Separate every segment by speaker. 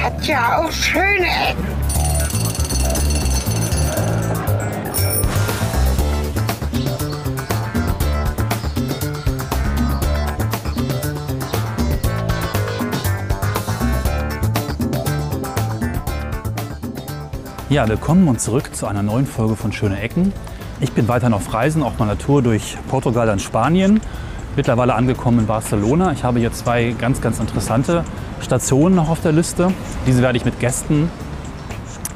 Speaker 1: hat ja auch schöne Ecken.
Speaker 2: Ja, willkommen und zurück zu einer neuen Folge von Schöne Ecken. Ich bin weiterhin auf Reisen, auf meiner Tour durch Portugal und Spanien. Mittlerweile angekommen in Barcelona. Ich habe hier zwei ganz, ganz interessante Stationen noch auf der Liste. Diese werde ich mit Gästen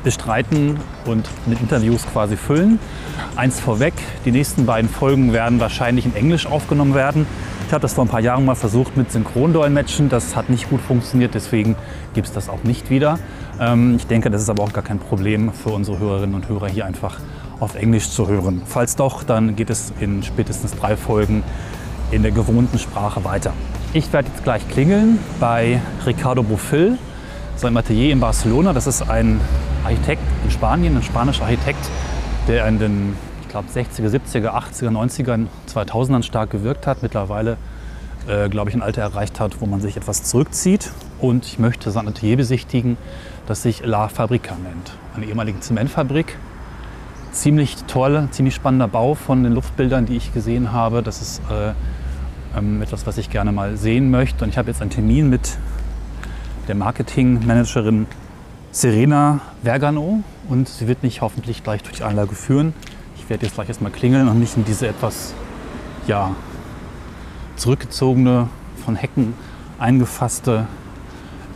Speaker 2: bestreiten und mit Interviews quasi füllen. Eins vorweg, die nächsten beiden Folgen werden wahrscheinlich in Englisch aufgenommen werden. Ich habe das vor ein paar Jahren mal versucht mit Synchrondolmetschen. Das hat nicht gut funktioniert, deswegen gibt es das auch nicht wieder. Ähm, ich denke, das ist aber auch gar kein Problem für unsere Hörerinnen und Hörer hier einfach auf Englisch zu hören. Falls doch, dann geht es in spätestens drei Folgen in der gewohnten Sprache weiter. Ich werde jetzt gleich klingeln bei Ricardo Bofill, seinem Atelier in Barcelona. Das ist ein Architekt in Spanien, ein spanischer Architekt, der in den, ich glaube, 60er, 70er, 80er, 90er, 2000ern stark gewirkt hat. Mittlerweile, äh, glaube ich, ein Alter erreicht hat, wo man sich etwas zurückzieht. Und ich möchte sein Atelier besichtigen, das sich La Fabrica nennt. Eine ehemalige Zementfabrik. Ziemlich toll, ziemlich spannender Bau von den Luftbildern, die ich gesehen habe. Das ist äh, ähm, etwas, was ich gerne mal sehen möchte. Und ich habe jetzt einen Termin mit der Marketingmanagerin Serena Vergano und sie wird mich hoffentlich gleich durch die Anlage führen. Ich werde jetzt gleich erstmal klingeln und mich in diese etwas ja, zurückgezogene, von Hecken eingefasste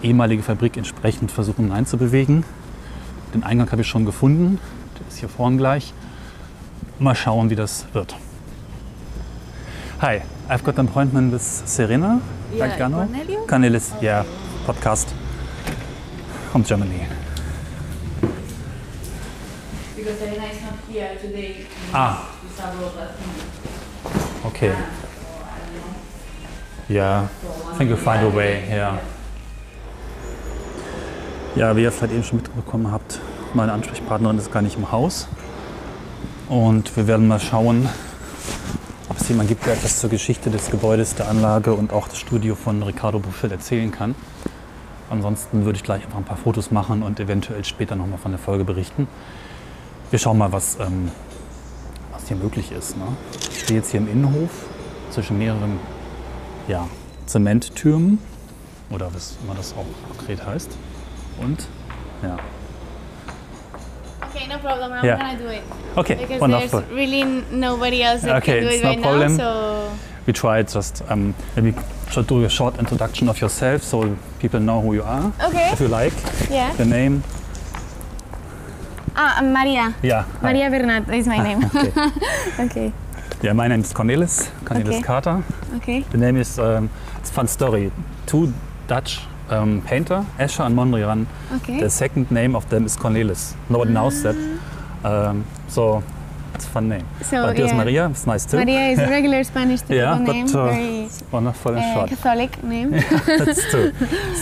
Speaker 2: ehemalige Fabrik entsprechend versuchen hineinzubewegen. Den Eingang habe ich schon gefunden, der ist hier vorn gleich. Mal schauen, wie das wird. Hi, I've got an appointment with Serena
Speaker 3: Yeah,
Speaker 2: Vergano.
Speaker 3: Cornelio?
Speaker 2: Cornelis, yeah, podcast from Germany.
Speaker 3: Because Elena is not here today.
Speaker 2: Ah.
Speaker 3: It's a robot thing.
Speaker 2: Okay.
Speaker 3: So I don't know.
Speaker 2: Ja,
Speaker 3: So
Speaker 2: I think we'll find a
Speaker 3: one
Speaker 2: way, ja. Ja, wie ihr vielleicht eben schon mitbekommen habt, meine Ansprechpartnerin ist gar nicht im Haus. Und wir werden mal schauen, ob es jemanden gibt, der etwas zur Geschichte des Gebäudes, der Anlage und auch des Studio von Ricardo Buffel erzählen kann. Ansonsten würde ich gleich einfach ein paar Fotos machen und eventuell später nochmal von der Folge berichten. Wir schauen mal, was, ähm, was hier möglich ist. Ne? Ich stehe jetzt hier im Innenhof zwischen mehreren ja, Zementtürmen oder was immer das auch konkret heißt. Und ja.
Speaker 4: Okay, no problem. I'm
Speaker 2: Yeah.
Speaker 4: gonna do it
Speaker 2: Okay,
Speaker 4: because
Speaker 2: wonderful.
Speaker 4: there's really nobody else that
Speaker 2: Okay,
Speaker 4: can do
Speaker 2: it's
Speaker 4: it
Speaker 2: no
Speaker 4: right
Speaker 2: problem.
Speaker 4: now. So
Speaker 2: We tried just um, maybe should do a short introduction of yourself so people know who you are.
Speaker 4: okay,
Speaker 2: If you like,
Speaker 4: yeah.
Speaker 2: the name.
Speaker 4: Ah, I'm Maria.
Speaker 2: Yeah. hi. Ah,
Speaker 4: Maria Bernat is my name.
Speaker 2: Okay.
Speaker 4: okay,
Speaker 2: Yeah, my name is Cornelis, Cornelis
Speaker 4: Okay.
Speaker 2: Carter.
Speaker 4: okay,
Speaker 2: The name is, um, it's a fun story. Two Dutch um, painter, Escher and Mondrian,
Speaker 4: okay.
Speaker 2: The second name of them is Cornelis. Nobody knows that. Um, so it's a fun name.
Speaker 4: so
Speaker 2: but there's
Speaker 4: Ah. Oh, yeah.
Speaker 2: Maria, it's nice too.
Speaker 4: Maria is a regular Spanish typical
Speaker 2: Yeah, but,
Speaker 4: name,
Speaker 2: uh,
Speaker 4: very
Speaker 2: Wonderful and
Speaker 4: uh,
Speaker 2: short.
Speaker 4: Catholic name.
Speaker 2: That's true.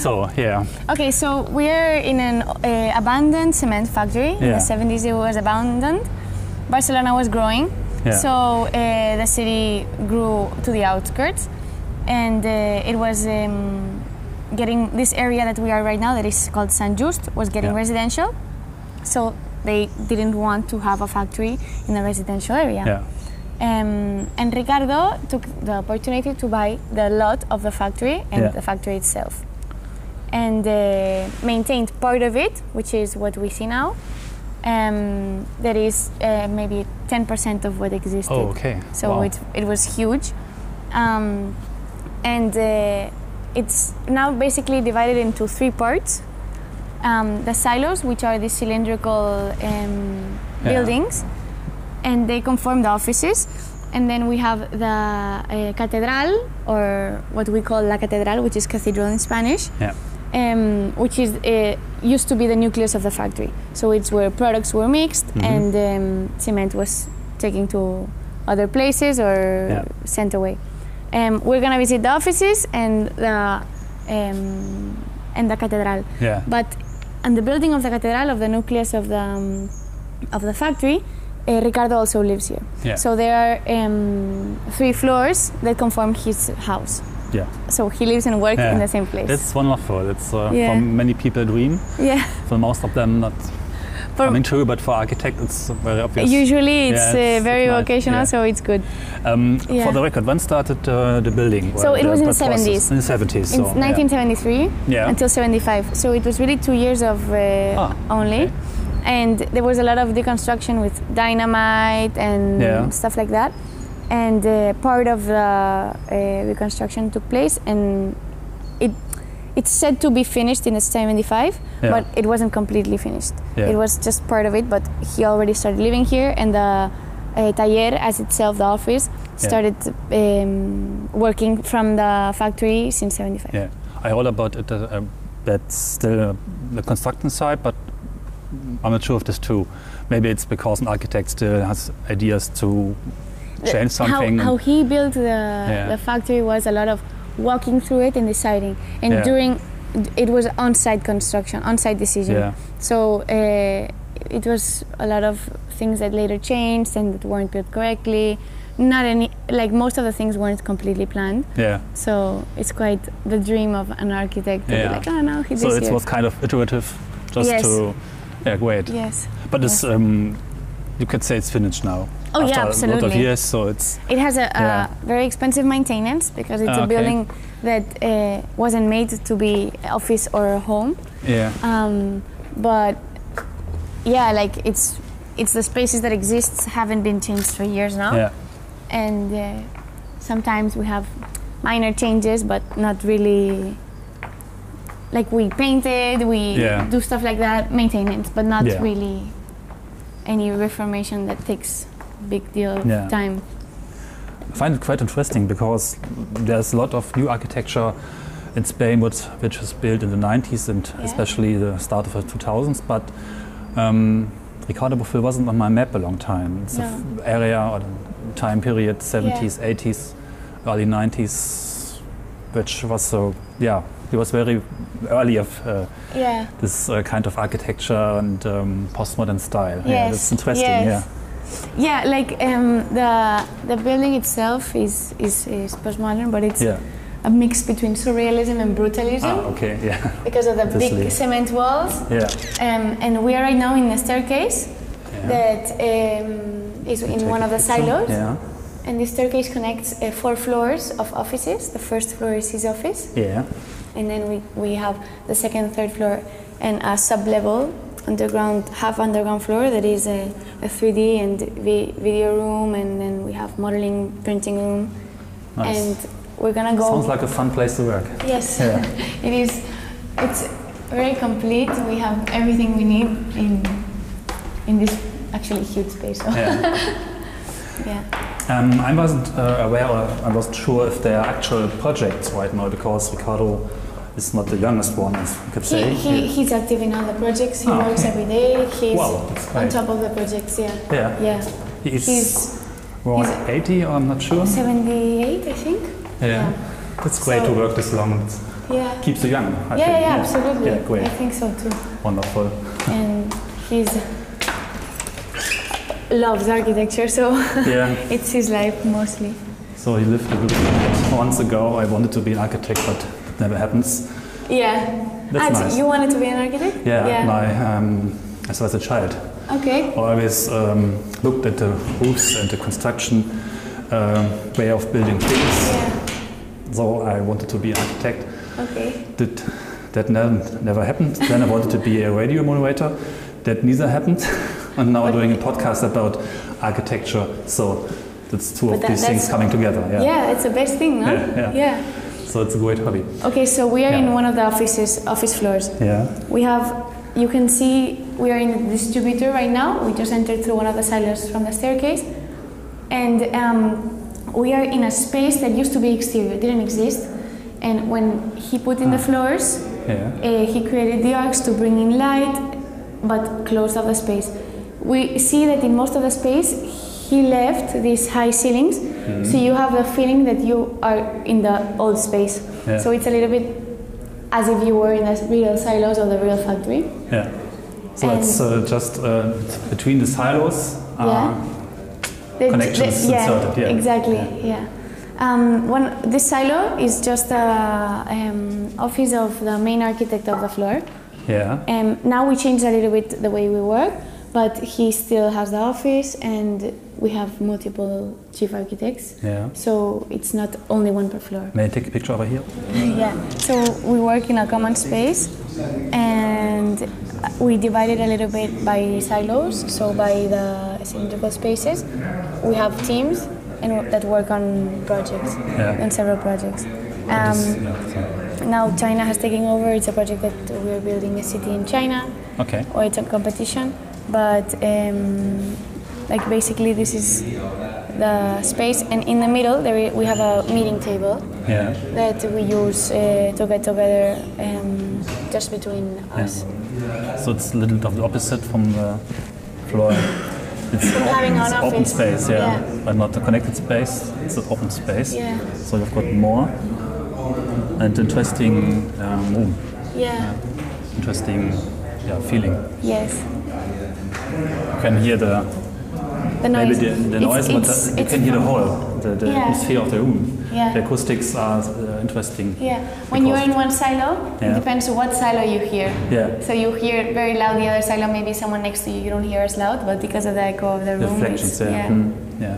Speaker 2: So yeah,
Speaker 4: Okay, so we are in an uh, abandoned cement factory. In
Speaker 2: Yeah.
Speaker 4: the 70s, it was abandoned. Barcelona was growing,
Speaker 2: Yeah.
Speaker 4: so uh, the city grew to the outskirts, and uh, it was um, getting this area that we are right now, that is called Sant Just, was getting
Speaker 2: Yeah.
Speaker 4: residential. So they didn't want to have a factory in a residential area.
Speaker 2: yeah,
Speaker 4: Um, and Ricardo took the opportunity to buy the lot of the factory and
Speaker 2: Yeah.
Speaker 4: the factory itself. And uh, maintained part of it, which is what we see now. Um, that is uh, maybe 10% of what existed.
Speaker 2: Oh, okay.
Speaker 4: So
Speaker 2: Wow.
Speaker 4: it, it was huge. Um, and uh, it's now basically divided into three parts. Um, the silos, which are the cylindrical um,
Speaker 2: Yeah.
Speaker 4: buildings, and they conform the offices. And then we have the uh, catedral, or what we call la catedral, which is cathedral in Spanish,
Speaker 2: yeah,
Speaker 4: um, which is uh, used to be the nucleus of the factory. So it's where products were mixed
Speaker 2: Mhm.
Speaker 4: and um, cement was taken to other places or
Speaker 2: Yeah.
Speaker 4: sent away. Um, we're gonna visit the offices and the um, and the catedral.
Speaker 2: yeah.
Speaker 4: But on the building of the cathedral, of the nucleus of the um, of the factory, uh, Ricardo also lives here.
Speaker 2: Yeah.
Speaker 4: So there are um, three floors that conform his house.
Speaker 2: Yeah.
Speaker 4: So he lives and works
Speaker 2: Yeah.
Speaker 4: in the same place.
Speaker 2: That's wonderful. It's uh,
Speaker 4: Yeah.
Speaker 2: for many people a dream.
Speaker 4: yeah.
Speaker 2: For most of them, not.
Speaker 4: For
Speaker 2: I mean, true, but for architect, it's very obvious.
Speaker 4: usually
Speaker 2: Yeah,
Speaker 4: it's,
Speaker 2: it's-
Speaker 4: uh, very
Speaker 2: it's nice.
Speaker 4: occasional,
Speaker 2: Yeah.
Speaker 4: so it's good.
Speaker 2: Um,
Speaker 4: Yeah.
Speaker 2: For the record, when started uh, the building?
Speaker 4: So
Speaker 2: Well,
Speaker 4: it was in
Speaker 2: that
Speaker 4: the 70s.
Speaker 2: In the 70s.
Speaker 4: In
Speaker 2: So, yeah.
Speaker 4: 1973
Speaker 2: Yeah.
Speaker 4: until 75, so it was really two years of uh,
Speaker 2: Ah,
Speaker 4: only,
Speaker 2: okay.
Speaker 4: and there was a lot of deconstruction with dynamite and
Speaker 2: Yeah.
Speaker 4: stuff like that, and uh, part of the uh, reconstruction took place, and it it's said to be finished in the 75,
Speaker 2: Yeah.
Speaker 4: but it wasn't completely finished.
Speaker 2: Yeah.
Speaker 4: It was just part of it, but he already started living here, and the uh, taller, as itself the office, started um, working from the factory since 75.
Speaker 2: Yeah, I heard about it. Uh, uh, that's still uh, the construction side, but I'm not sure if this true. Maybe it's because an architect still has ideas to change something.
Speaker 4: Uh, How, how he built the,
Speaker 2: Yeah.
Speaker 4: the factory was a lot of walking through it and deciding. And
Speaker 2: Yeah.
Speaker 4: during, it was on-site construction, on-site decision.
Speaker 2: yeah,
Speaker 4: So uh, it was a lot of things that later changed and that weren't built correctly. Not any, like most of the things weren't completely planned.
Speaker 2: yeah.
Speaker 4: So it's quite the dream of an architect to
Speaker 2: Yeah.
Speaker 4: be like, oh no, he
Speaker 2: So
Speaker 4: this
Speaker 2: it
Speaker 4: here."
Speaker 2: was kind of iterative, just
Speaker 4: Yes.
Speaker 2: to. Yeah, great.
Speaker 4: Yes,
Speaker 2: But it's
Speaker 4: yes.
Speaker 2: um, you could say it's finished now.
Speaker 4: Oh, yeah,
Speaker 2: after a lot of
Speaker 4: absolutely.
Speaker 2: years, so it's
Speaker 4: it has a,
Speaker 2: Yeah.
Speaker 4: a very expensive maintenance because it's
Speaker 2: Ah,
Speaker 4: a
Speaker 2: okay.
Speaker 4: building that uh, wasn't made to be office or home.
Speaker 2: yeah,
Speaker 4: Um, but yeah, like it's it's the spaces that exist haven't been changed for years now.
Speaker 2: yeah,
Speaker 4: and uh, sometimes we have minor changes but not really like we painted we
Speaker 2: Yeah.
Speaker 4: do stuff like that maintenance but not
Speaker 2: Yeah.
Speaker 4: really any reformation that takes big deal of
Speaker 2: Yeah.
Speaker 4: time
Speaker 2: I find it quite interesting because there's a lot of new architecture in Spain, which, which was built in the 90s and
Speaker 4: Yeah.
Speaker 2: especially the start of the 2000s. But um, Ricardo Bofill wasn't on my map a long time. It's
Speaker 4: No.
Speaker 2: an area or time period 70s, 80s, early 90s, which was so, yeah, he was very early of uh,
Speaker 4: yeah
Speaker 2: this uh, kind of architecture and um, postmodern style. yeah,
Speaker 4: Yes,
Speaker 2: that's interesting.
Speaker 4: yes. yeah like um, the the building itself is is, is postmodern but it's
Speaker 2: Yeah, yeah.
Speaker 4: a mix between surrealism and brutalism
Speaker 2: Ah, okay, yeah,
Speaker 4: because of the
Speaker 2: obviously.
Speaker 4: big cement walls
Speaker 2: yeah.
Speaker 4: Um, and we are right now in a staircase
Speaker 2: Yeah.
Speaker 4: that um, is in one of the silos.
Speaker 2: Yeah.
Speaker 4: And this staircase connects uh, four floors of offices. The first floor is his office,
Speaker 2: Yeah.
Speaker 4: and then we, we have the second, third floor, and a sub level underground, half underground floor that is a, a 3D and vi- video room, and then we have modeling, printing room.
Speaker 2: Nice.
Speaker 4: And we're gonna go.
Speaker 2: Sounds like a fun place to work.
Speaker 4: Yes,
Speaker 2: Yeah.
Speaker 4: it is. It's very complete. We have everything we need in in this actually huge space. So.
Speaker 2: Yeah.
Speaker 4: yeah.
Speaker 2: um, I wasn't uh, aware, or I wasn't sure if there are actual projects right now because Ricardo is not the youngest one, as you could
Speaker 4: He,
Speaker 2: say.
Speaker 4: he, he's active in all the projects. He
Speaker 2: Ah,
Speaker 4: works
Speaker 2: okay.
Speaker 4: every day. He's
Speaker 2: Wow, that's
Speaker 4: on
Speaker 2: great.
Speaker 4: top of the projects. Yeah.
Speaker 2: Yeah.
Speaker 4: Yeah.
Speaker 2: He is
Speaker 4: He's
Speaker 2: around
Speaker 4: he's-
Speaker 2: 80, or I'm not sure.
Speaker 4: 78, I think.
Speaker 2: Yeah. It's great
Speaker 4: So-
Speaker 2: to work this long. It
Speaker 4: Yeah.
Speaker 2: keeps you young. I
Speaker 4: yeah, yeah,
Speaker 2: think.
Speaker 4: yeah, absolutely.
Speaker 2: Yeah, great.
Speaker 4: I think so too.
Speaker 2: Wonderful.
Speaker 4: And he's loves architecture, so
Speaker 2: Yeah.
Speaker 4: it's his life mostly.
Speaker 2: So he lived a little bit months ago. I wanted to be an architect, but it never happens.
Speaker 4: Yeah.
Speaker 2: That's
Speaker 4: Ah, so
Speaker 2: nice.
Speaker 4: You wanted to be an architect?
Speaker 2: Yeah. My, um, as I was a child,
Speaker 4: Okay.
Speaker 2: always um, looked at the roofs and the construction um way of building things.
Speaker 4: Yeah.
Speaker 2: So I wanted to be an architect.
Speaker 4: Okay.
Speaker 2: Did, that ne- never happened. Then I wanted to be a radio moderator. That neither happened. And now I'm doing a podcast about architecture. So that's two
Speaker 4: But
Speaker 2: of
Speaker 4: that-
Speaker 2: these things
Speaker 4: that's-
Speaker 2: coming together.
Speaker 4: Yeah.
Speaker 2: Yeah.
Speaker 4: it's the best thing, no?
Speaker 2: Yeah, yeah. So it's a great hobby.
Speaker 4: Okay, so we are
Speaker 2: Yeah.
Speaker 4: in one of the offices, office floors.
Speaker 2: Yeah.
Speaker 4: We have, you can see, we are in the distributor right now. We just entered through one of the silos from the staircase, and um, we are in a space that used to be exterior, didn't exist. And when he put in the floors,
Speaker 2: Yeah.
Speaker 4: Uh, he created the arcs to bring in light, but closed off the space. We see that in most of the space, he left these high ceilings,
Speaker 2: Hmm.
Speaker 4: so you have the feeling that you are in the old space.
Speaker 2: Yeah.
Speaker 4: So it's a little bit as if you were in the real silos or the real factory.
Speaker 2: Yeah. So
Speaker 4: And-
Speaker 2: it's uh, just uh, between the silos. uh,
Speaker 4: Yeah.
Speaker 2: Connections
Speaker 4: yeah,
Speaker 2: inserted, yeah.
Speaker 4: exactly.
Speaker 2: Yeah.
Speaker 4: Yeah. Um, one, this silo is just the um, office of the main architect of the floor.
Speaker 2: Yeah.
Speaker 4: Um, now we changed a little bit the way we work, but he still has the office, and we have multiple chief architects.
Speaker 2: Yeah.
Speaker 4: So it's not only one per floor.
Speaker 2: May I take a picture over here?
Speaker 4: Yeah. So we work in a common space, and we divide it a little bit by silos. So by the cylindrical spaces, we have teams and that work on projects,
Speaker 2: Yeah.
Speaker 4: on several projects.
Speaker 2: This-
Speaker 4: Um,
Speaker 2: yeah, okay.
Speaker 4: now China has taken over. It's a project that we are building a city in China
Speaker 2: okay.
Speaker 4: or it's a competition. But um, like basically, this is the space, and in the middle there i- we have a meeting table
Speaker 2: Yeah.
Speaker 4: that we use uh, to get together um, just between us.
Speaker 2: So it's a little of the opposite from the floor. It's
Speaker 4: From having
Speaker 2: open,
Speaker 4: an
Speaker 2: it's open
Speaker 4: office.
Speaker 2: space, yeah.
Speaker 4: Yeah.
Speaker 2: But not a connected space, it's an open space.
Speaker 4: Yeah.
Speaker 2: So you've got more and interesting um, room,
Speaker 4: Yeah.
Speaker 2: interesting yeah, feeling.
Speaker 4: Yes.
Speaker 2: You can hear the
Speaker 4: The noise.
Speaker 2: maybe the, the
Speaker 4: It's-
Speaker 2: noise, but
Speaker 4: it's-
Speaker 2: the, you
Speaker 4: it's
Speaker 2: can hear the
Speaker 4: from-
Speaker 2: whole, the, the
Speaker 4: Yeah.
Speaker 2: atmosphere of the room.
Speaker 4: Yeah.
Speaker 2: The acoustics are uh, interesting.
Speaker 4: Yeah, when you're
Speaker 2: Because-
Speaker 4: in one silo,
Speaker 2: Yeah.
Speaker 4: it depends what silo you hear.
Speaker 2: Yeah.
Speaker 4: So you hear it very loud the other silo, maybe someone next to you, you don't hear as loud, but because of the echo of the room. it's-
Speaker 2: Reflections, yeah.
Speaker 4: yeah.
Speaker 2: Mm, yeah.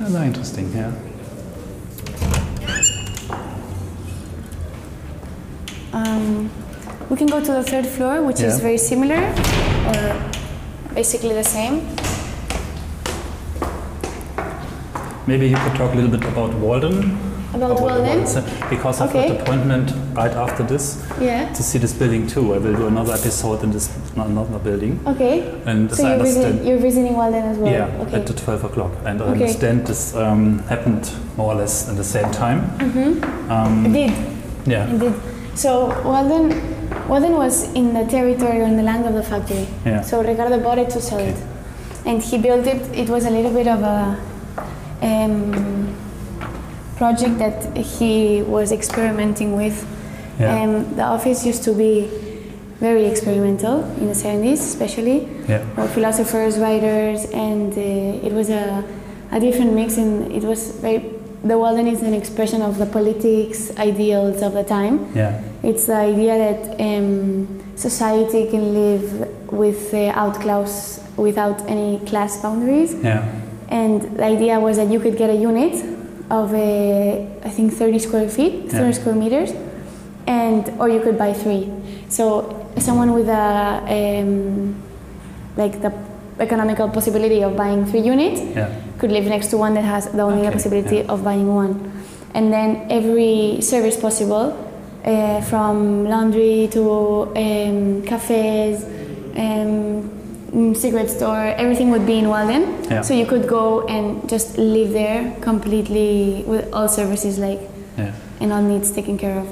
Speaker 2: Yeah, very interesting, yeah.
Speaker 4: Um, we can go to the third floor, which is
Speaker 2: Yeah.
Speaker 4: very similar, or basically the same.
Speaker 2: Maybe you could talk a little bit about Walden.
Speaker 4: About Walden?
Speaker 2: Because I've got
Speaker 4: Okay.
Speaker 2: an appointment right after this
Speaker 4: Yeah.
Speaker 2: to see this building too. I will do another episode in this another building.
Speaker 4: Okay.
Speaker 2: And as
Speaker 4: so
Speaker 2: I
Speaker 4: you're,
Speaker 2: understand,
Speaker 4: visit, you're visiting Walden as well.
Speaker 2: yeah,
Speaker 4: Okay.
Speaker 2: at the 12 o'clock. And I
Speaker 4: Okay.
Speaker 2: understand this um, happened more or less at the same time. Um,
Speaker 4: It did.
Speaker 2: Yeah,
Speaker 4: It did. So Walden, Walden was in the territory or in the land of the factory.
Speaker 2: Yeah.
Speaker 4: So Ricardo bought it to sell it, and he built it. It was a little bit of a. Um, project that he was experimenting with.
Speaker 2: Yeah.
Speaker 4: Um, the office used to be very experimental in the 70s, especially.
Speaker 2: Yeah.
Speaker 4: Or philosophers, writers, and uh, it was a, a different mix, and it was very. The Walden is an expression of the politics ideals of the time.
Speaker 2: yeah,
Speaker 4: It's the idea that um, society can live with, uh, out class, without any class boundaries.
Speaker 2: yeah,
Speaker 4: And the idea was that you could get a unit of, uh, I think, 30 square feet, 30
Speaker 2: Yeah.
Speaker 4: square meters, and or you could buy three. So someone with a um, like the economical possibility of buying three units
Speaker 2: yeah,
Speaker 4: could live next to one that has the only
Speaker 2: Okay,
Speaker 4: possibility
Speaker 2: yeah.
Speaker 4: of buying one. And then every service possible, uh, from laundry to um, cafes, um, mm, cigarette store, everything would be in Walden.
Speaker 2: Yeah.
Speaker 4: So you could go and just live there completely with all services like
Speaker 2: yeah.
Speaker 4: and all needs taken care of.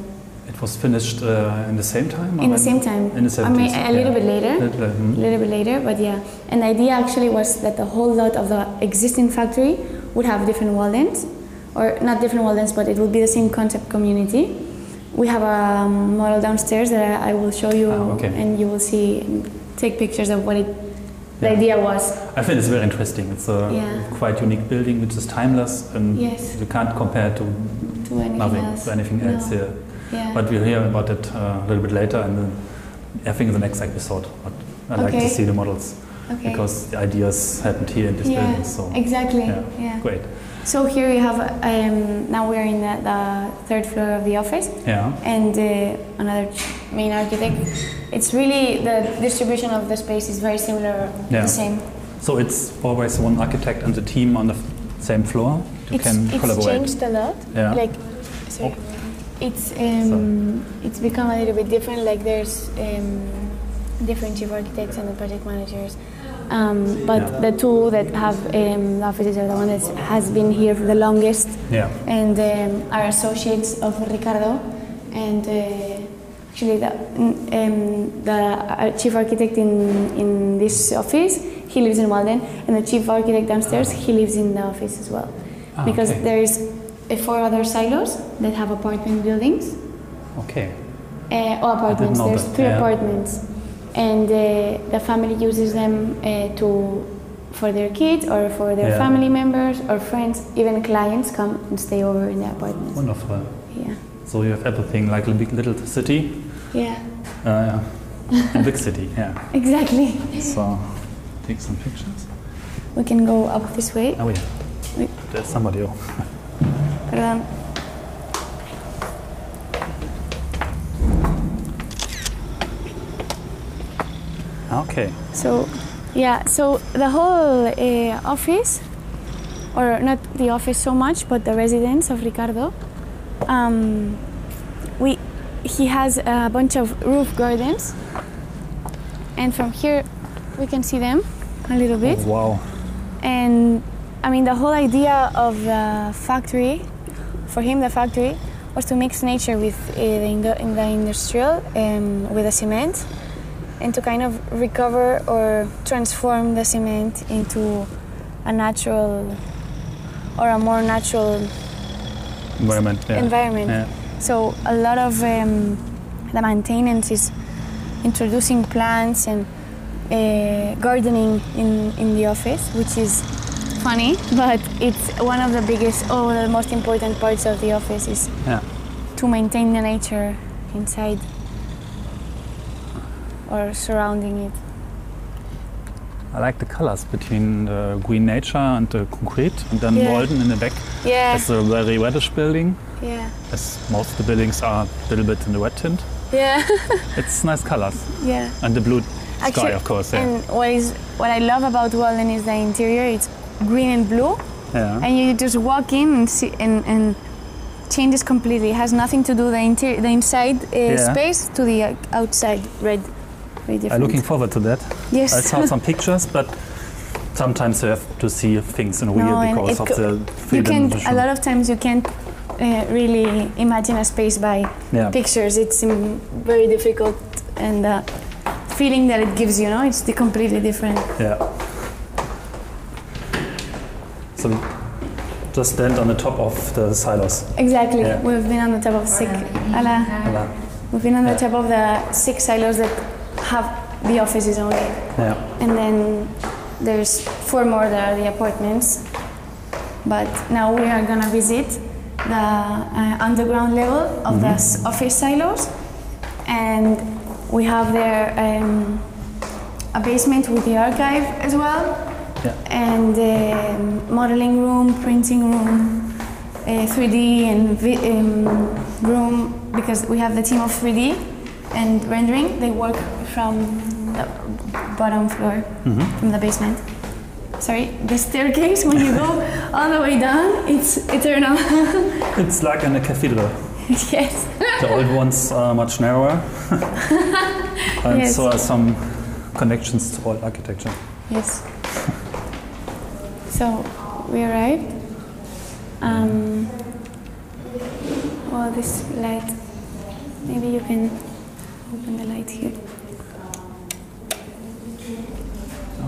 Speaker 2: It was finished uh, in the same time? or
Speaker 4: In the
Speaker 2: when-
Speaker 4: same time.
Speaker 2: In the
Speaker 4: I
Speaker 2: 70s.
Speaker 4: mean, a little
Speaker 2: yeah.
Speaker 4: bit later.
Speaker 2: Little,
Speaker 4: a
Speaker 2: mhm.
Speaker 4: little bit later, but yeah. And the idea actually was that the whole lot of the existing factory would have different Waldens, or not different Waldens, but it would be the same concept community. We have a um, model downstairs that I, I will show you,
Speaker 2: Ah, okay.
Speaker 4: and you will see, and take pictures of what it, the
Speaker 2: Yeah.
Speaker 4: idea was.
Speaker 2: I think it's very interesting. It's a
Speaker 4: Yeah.
Speaker 2: quite unique building, which is timeless, and
Speaker 4: Yes.
Speaker 2: you can't compare it to
Speaker 4: To anything
Speaker 2: nothing,
Speaker 4: else.
Speaker 2: to anything
Speaker 4: No.
Speaker 2: else here.
Speaker 4: Yeah.
Speaker 2: But we'll hear about it uh, a little bit later, and then I think in the next episode. But I like
Speaker 4: Okay.
Speaker 2: to see the models
Speaker 4: okay.
Speaker 2: because the ideas happened here in this
Speaker 4: yeah,
Speaker 2: building. So
Speaker 4: exactly.
Speaker 2: yeah,
Speaker 4: yeah.
Speaker 2: great.
Speaker 4: So here you have, um, now we're in the, the third floor of the office.
Speaker 2: Yeah,
Speaker 4: and uh, another main architect. It's really the distribution of the space is very similar,
Speaker 2: Yeah.
Speaker 4: the same.
Speaker 2: so it's always one architect and the team on the f- same floor. You
Speaker 4: it's
Speaker 2: can
Speaker 4: it's
Speaker 2: collaborate.
Speaker 4: changed a lot.
Speaker 2: Yeah. Oh.
Speaker 4: Like, sorry. It's um, it's become a little bit different. Like there's um, different chief architects and the project managers. Um, but
Speaker 2: Yeah.
Speaker 4: the two that have um, the offices are the one that has been here for the longest
Speaker 2: Yeah,
Speaker 4: and um, are associates of Ricardo. And uh, actually, the, um, the uh, chief architect in, in this office, he lives in Walden, and the chief architect downstairs, he lives in the office as well.
Speaker 2: Ah,
Speaker 4: because
Speaker 2: okay.
Speaker 4: there is uh, four other silos that have apartment buildings,
Speaker 2: okay.
Speaker 4: uh, or apartments.
Speaker 2: know
Speaker 4: There's
Speaker 2: that,
Speaker 4: three
Speaker 2: yeah.
Speaker 4: apartments, and uh, the family uses them uh, to for their kids or for their
Speaker 2: Yeah.
Speaker 4: family members or friends. Even clients come and stay over in the apartments.
Speaker 2: Wonderful.
Speaker 4: Yeah,
Speaker 2: So you have everything like a big little city.
Speaker 4: yeah,
Speaker 2: Uh, yeah. a big city, yeah.
Speaker 4: exactly.
Speaker 2: So take some pictures.
Speaker 4: We can go up this way.
Speaker 2: Oh yeah.
Speaker 4: Wait.
Speaker 2: There's somebody. Oh, else.
Speaker 4: Um,
Speaker 2: Okay.
Speaker 4: So, yeah, so the whole uh, office, or not the office so much, but the residence of Ricardo, um, we, he has a bunch of roof gardens, and from here we can see them a little bit.
Speaker 2: wow.
Speaker 4: And I mean, the whole idea of the factory, for him, the factory, was to mix nature with uh, the, indo- in the industrial, um, with the cement, and to kind of recover or transform the cement into a natural or a more natural
Speaker 2: Environment. Yeah.
Speaker 4: environment.
Speaker 2: Yeah.
Speaker 4: So a lot of um, the maintenance is introducing plants and uh, gardening in, in the office, which is funny, but it's one of the biggest or the most important parts of the office is
Speaker 2: Yeah.
Speaker 4: to maintain the nature inside or surrounding it.
Speaker 2: I like the colors between the green nature and the concrete, and then
Speaker 4: Yeah. Uh.
Speaker 2: Walden in the back
Speaker 4: Yeah,
Speaker 2: is a very reddish building,
Speaker 4: yeah,
Speaker 2: as most of the buildings are a little bit in the red tint.
Speaker 4: yeah,
Speaker 2: It's nice colors,
Speaker 4: yeah.
Speaker 2: and the blue sky,
Speaker 4: Actually-
Speaker 2: of course. Yeah.
Speaker 4: And what is what I love about Walden is the interior. It's green and blue,
Speaker 2: yeah.
Speaker 4: and you just walk in and see and, and changes completely. It has nothing to do the inter- the inside uh,
Speaker 2: Yeah.
Speaker 4: space to the uh, outside red. Very
Speaker 2: I'm
Speaker 4: different.
Speaker 2: looking forward to that. I
Speaker 4: yes.
Speaker 2: saw some pictures, but sometimes you have to see things in real
Speaker 4: No, and
Speaker 2: because
Speaker 4: it
Speaker 2: of
Speaker 4: co-
Speaker 2: the
Speaker 4: you
Speaker 2: freedom.
Speaker 4: can't.
Speaker 2: to
Speaker 4: A
Speaker 2: shoot.
Speaker 4: lot of times you can't uh, really imagine a space by
Speaker 2: yeah.
Speaker 4: pictures. It's um, very difficult and. Uh, feeling that it gives you no it's the completely different
Speaker 2: Yeah. So we just stand on the top of the silos.
Speaker 4: exactly
Speaker 2: Yeah.
Speaker 4: we've been on the top of six ala We've been on the top of the six silos that have the offices only.
Speaker 2: Yeah.
Speaker 4: And then there's four more that are the apartments. But now we are gonna visit the uh, underground level of the s- office silos. And we have there um, a basement with the archive as well.
Speaker 2: Yeah.
Speaker 4: And um modeling room, printing room, uh, 3D and vi- um, room because we have the team of 3D and rendering. They work from the bottom floor,
Speaker 2: Mm-hmm.
Speaker 4: from the basement. Sorry, the staircase when you go all the way down, it's eternal.
Speaker 2: It's like in a cathedral.
Speaker 4: yes.
Speaker 2: The old ones are much narrower. and
Speaker 4: Yes.
Speaker 2: so are some connections to old architecture.
Speaker 4: Yes. So we arrived. Um, well, this light. Maybe you can open the light here.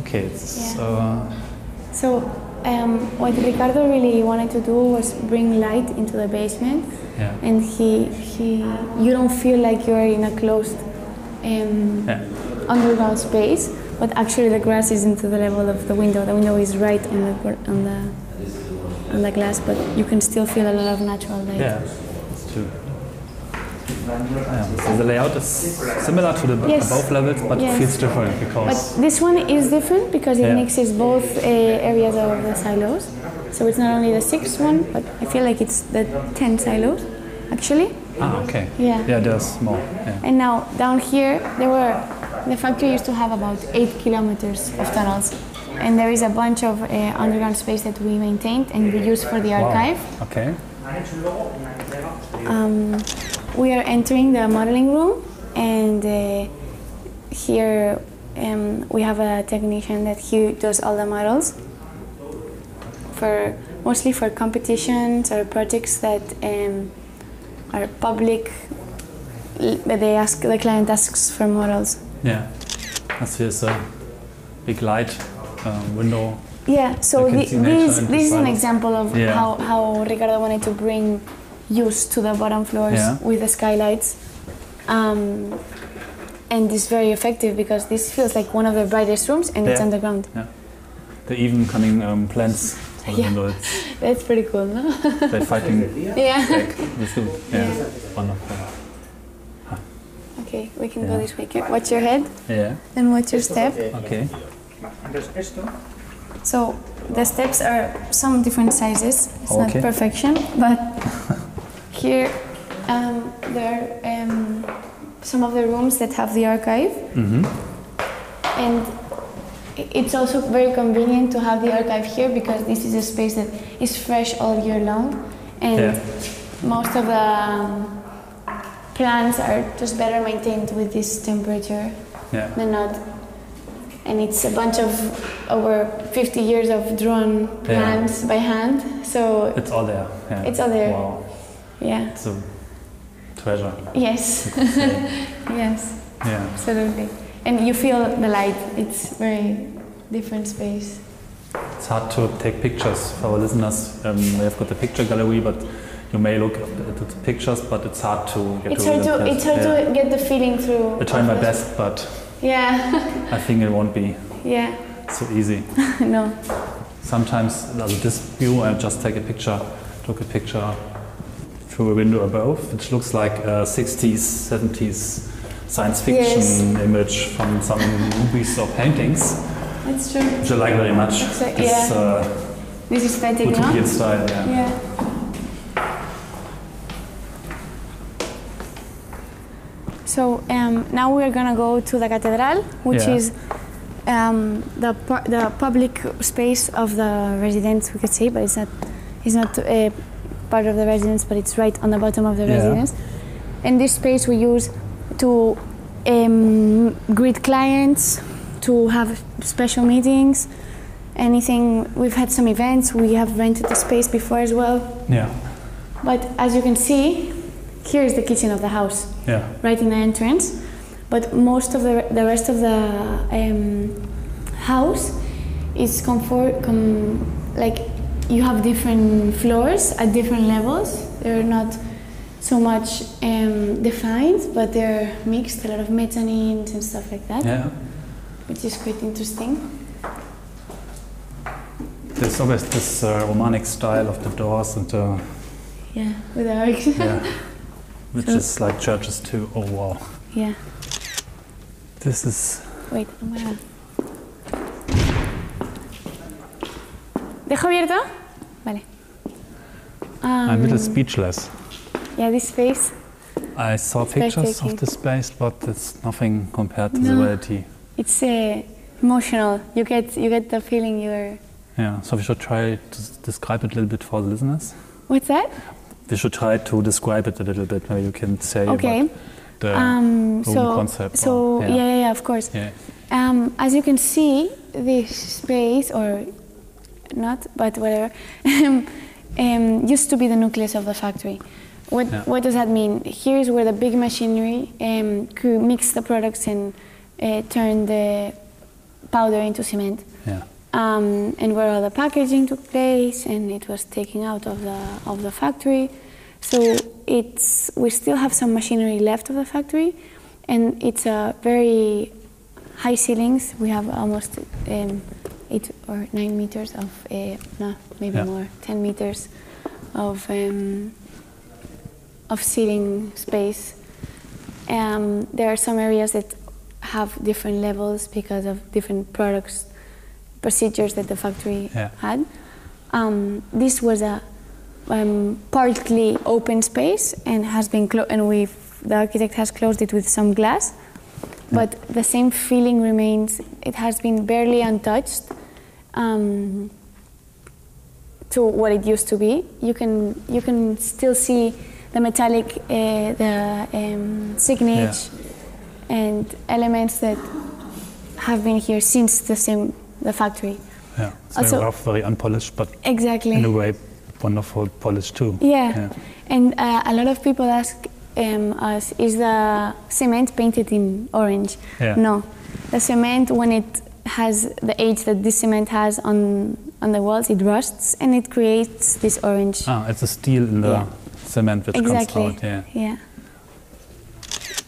Speaker 2: Okay, it's
Speaker 4: Yeah.
Speaker 2: uh,
Speaker 4: So, um, what Ricardo really wanted to do was bring light into the basement,
Speaker 2: yeah.
Speaker 4: and he he you don't feel like you're in a closed um,
Speaker 2: Yeah.
Speaker 4: underground space, but actually the grass is into the level of the window. The window is right on the gr- on the on the glass, but you can still feel a lot of natural light.
Speaker 2: Yeah, it's true. Ah, Yeah. So the layout is similar to the
Speaker 4: Yes.
Speaker 2: above levels, but
Speaker 4: Yes.
Speaker 2: it feels different
Speaker 4: But
Speaker 2: because
Speaker 4: this one is different because it
Speaker 2: Yeah.
Speaker 4: mixes both uh, areas of the silos. So it's not only the sixth one, but I feel like it's the ten silos, actually.
Speaker 2: ah okay
Speaker 4: Yeah.
Speaker 2: yeah there's more yeah.
Speaker 4: And now down here, there were the factory used to have about eight kilometers of tunnels, and there is a bunch of uh, underground space that we maintained and we use for the archive.
Speaker 2: okay
Speaker 4: Um, we are entering the modeling room, and uh, here um, we have a technician that he does all the models for mostly for competitions or projects that um, are public. l- But they ask the client asks for models.
Speaker 2: yeah that's here's a big light um, window
Speaker 4: Yeah, so
Speaker 2: You can
Speaker 4: the,
Speaker 2: see nature
Speaker 4: this,
Speaker 2: and
Speaker 4: this is an
Speaker 2: design.
Speaker 4: example of
Speaker 2: Yeah.
Speaker 4: how, how Ricardo wanted to bring use to the bottom floors
Speaker 2: Yeah.
Speaker 4: with the skylights. Um, and it's very effective because this feels like one of the brightest rooms and it's
Speaker 2: Yeah.
Speaker 4: underground.
Speaker 2: Yeah. the even coming um, plants. Oder
Speaker 4: Yeah.
Speaker 2: wenn du jetzt-
Speaker 4: That's pretty cool, no?
Speaker 2: They're fighting.
Speaker 4: yeah.
Speaker 2: This is- yeah, wonderful.
Speaker 4: Okay, we can
Speaker 2: Yeah.
Speaker 4: go this way. Okay, Watch your head
Speaker 2: Yeah.
Speaker 4: and watch your step.
Speaker 2: Okay.
Speaker 4: So the steps are some different sizes. It's
Speaker 2: Okay.
Speaker 4: not perfection, but here um, there are um, some of the rooms that have the archive,
Speaker 2: Mhm.
Speaker 4: and i- it's also very convenient to have the archive here because this is a space that is fresh all year long, and
Speaker 2: Yeah.
Speaker 4: most of the um, plants are just better maintained with this temperature
Speaker 2: Yeah.
Speaker 4: than not. And it's a bunch of over 50 years of drawn plans by hand. So,
Speaker 2: It's all there. Yeah.
Speaker 4: It's all there.
Speaker 2: Wow.
Speaker 4: yeah.
Speaker 2: It's a treasure.
Speaker 4: Yes. yes,
Speaker 2: Yeah.
Speaker 4: absolutely. And you feel the light. It's very different space.
Speaker 2: It's hard to take pictures for our listeners. Um, we have got the picture gallery, but you may look at the pictures, but it's hard to get
Speaker 4: It's
Speaker 2: to
Speaker 4: hard
Speaker 2: the
Speaker 4: to
Speaker 2: place.
Speaker 4: it's hard
Speaker 2: yeah.
Speaker 4: to get the feeling through.
Speaker 2: I try my
Speaker 4: photos.
Speaker 2: best, but
Speaker 4: Yeah.
Speaker 2: I think it won't be
Speaker 4: yeah.
Speaker 2: so easy.
Speaker 4: no.
Speaker 2: Sometimes, also this view, I just take a picture, took a picture through a window above, which looks like a 60s, 70s science fiction
Speaker 4: Yes.
Speaker 2: image from some movies or paintings,
Speaker 4: That's true.
Speaker 2: which I like very much.
Speaker 4: Exa-
Speaker 2: This
Speaker 4: yeah.
Speaker 2: uh,
Speaker 4: This is static, no?
Speaker 2: utopian style, yeah.
Speaker 4: Yeah. So um, now we are gonna go to the cathedral, which
Speaker 2: Yeah.
Speaker 4: is um, the pu- the public space of the residence, we could say, but it's not it's not uh, part of the residence, but it's right on the bottom of the
Speaker 2: Yeah.
Speaker 4: residence. And this space we use to um, greet clients, to have special meetings, anything. We've had some events. We have rented the space before as well.
Speaker 2: Yeah,
Speaker 4: But as you can see, here is the kitchen of the house
Speaker 2: yeah.
Speaker 4: right in the entrance. But most of the, the rest of the um, house is comfort, com, like you have different floors at different levels. They're not so much um, defined, but they're mixed, a lot of mezzanines and stuff like that,
Speaker 2: yeah.
Speaker 4: which is quite interesting.
Speaker 2: There's always this uh, romantic style of the doors and uh,
Speaker 4: Yeah, with arcs.
Speaker 2: yeah, which is like churches too. Oh wow,
Speaker 4: yeah.
Speaker 2: this is
Speaker 4: Wait, I'm gonna. ¿Dejo abierto? Vale.
Speaker 2: I'm a
Speaker 4: Um,
Speaker 2: little speechless.
Speaker 4: Yeah, this space.
Speaker 2: I saw pictures
Speaker 4: breathtaking.
Speaker 2: of this space, but it's nothing compared to the
Speaker 4: No.
Speaker 2: reality.
Speaker 4: It's uh, emotional. You get you get the feeling you're.
Speaker 2: Yeah, so we should try to s- describe it a little bit for the listeners.
Speaker 4: What's that?
Speaker 2: We should try to describe it a little bit. Maybe you can say
Speaker 4: okay.
Speaker 2: about the
Speaker 4: Um,
Speaker 2: room
Speaker 4: so
Speaker 2: concept.
Speaker 4: so
Speaker 2: or,
Speaker 4: yeah. yeah yeah of course.
Speaker 2: yeah,
Speaker 4: Um, as you can see, this space or not, but whatever, um, used to be the nucleus of the factory. What
Speaker 2: Yeah.
Speaker 4: what does that mean? Here is where the big machinery um, could mix the products and uh, turn the powder into cement.
Speaker 2: yeah,
Speaker 4: um, and where all the packaging took place, and it was taken out of the of the factory. So it's we still have some machinery left of the factory, and it's a very high ceilings. We have almost um, eight or nine meters of uh, no, maybe
Speaker 2: Yeah.
Speaker 4: more, ten meters of um, of seating space. Um, there are some areas that have different levels because of different products procedures that the factory
Speaker 2: Yeah.
Speaker 4: had. Um, this was a um, partly open space and has been clo- and we the architect has closed it with some glass, but the same feeling remains. It has been barely untouched um, to what it used to be. You can you can still see the metallic uh, the um, signage and elements that have been here since the same the factory.
Speaker 2: yeah. It's
Speaker 4: Also-
Speaker 2: very rough, very unpolished, but
Speaker 4: Exactly.
Speaker 2: in a way wonderful polish too.
Speaker 4: Yeah.
Speaker 2: Yeah.
Speaker 4: And uh, a lot of people ask um, us, is the cement painted in orange?
Speaker 2: Yeah.
Speaker 4: No. The cement, when it has the age that this cement has on, on the walls, it rusts and it creates this orange.
Speaker 2: Ah, it's a steel in the
Speaker 4: Yeah.
Speaker 2: cement which
Speaker 4: exactly.
Speaker 2: comes out. Yeah.
Speaker 4: Yeah.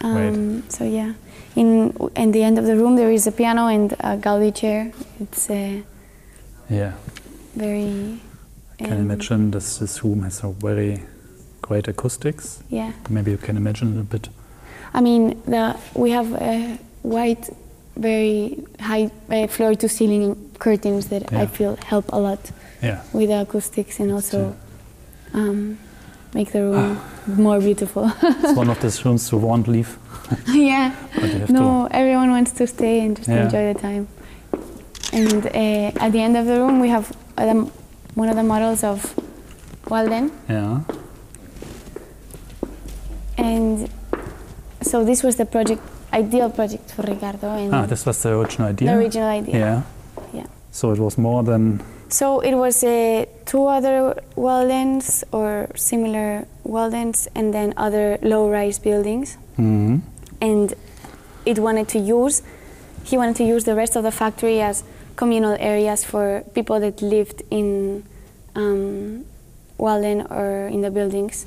Speaker 2: Right.
Speaker 4: Um, so yeah, in in the end of the room there is a piano and a Gaudi chair. It's uh,
Speaker 2: Yeah,
Speaker 4: very.
Speaker 2: I can
Speaker 4: um,
Speaker 2: imagine this, this room has a very great acoustics.
Speaker 4: Yeah.
Speaker 2: Maybe you can imagine a bit.
Speaker 4: I mean, the, we have uh, white, very high uh, floor to ceiling curtains that I
Speaker 2: Yeah.
Speaker 4: feel help a lot
Speaker 2: Yeah.
Speaker 4: with the acoustics and also um, make the room
Speaker 2: Ah.
Speaker 4: more beautiful.
Speaker 2: It's one of these rooms you won't leave,
Speaker 4: yeah.
Speaker 2: but you have
Speaker 4: No, everyone wants to stay and just
Speaker 2: Yeah.
Speaker 4: enjoy the time. And uh, at the end of the room, we have um, one of the models of Walden.
Speaker 2: to. Yeah.
Speaker 4: And so this was the project, ideal project for Ricardo and
Speaker 2: Ah, this was the original idea.
Speaker 4: Mm. the original idea.
Speaker 2: Yeah.
Speaker 4: Yeah.
Speaker 2: So it was more than
Speaker 4: So it was uh, two other Waldens or similar Waldens and then other low-rise buildings.
Speaker 2: Mhm.
Speaker 4: And it wanted to use, he wanted to use the rest of the factory as communal areas for people that lived in um, Walden or in the buildings.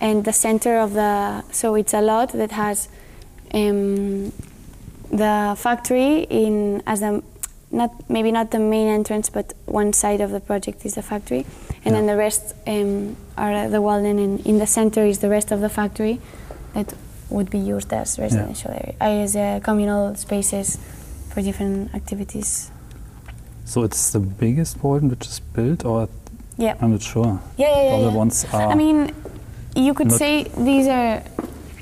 Speaker 4: And the center of the, so it's a lot that has um, the factory in as the not maybe not the main entrance, but one side of the project is the factory, and then
Speaker 2: Yeah.
Speaker 4: the rest um, are the Walden, and in the center is the rest of the factory that would be used as residential area, as uh, communal spaces for different activities.
Speaker 2: So it's the biggest Walden which is built, or
Speaker 4: Yeah,
Speaker 2: I'm not sure.
Speaker 4: yeah, yeah. yeah,
Speaker 2: All the
Speaker 4: yeah.
Speaker 2: ones are.
Speaker 4: I mean, you could
Speaker 2: Not-
Speaker 4: say these are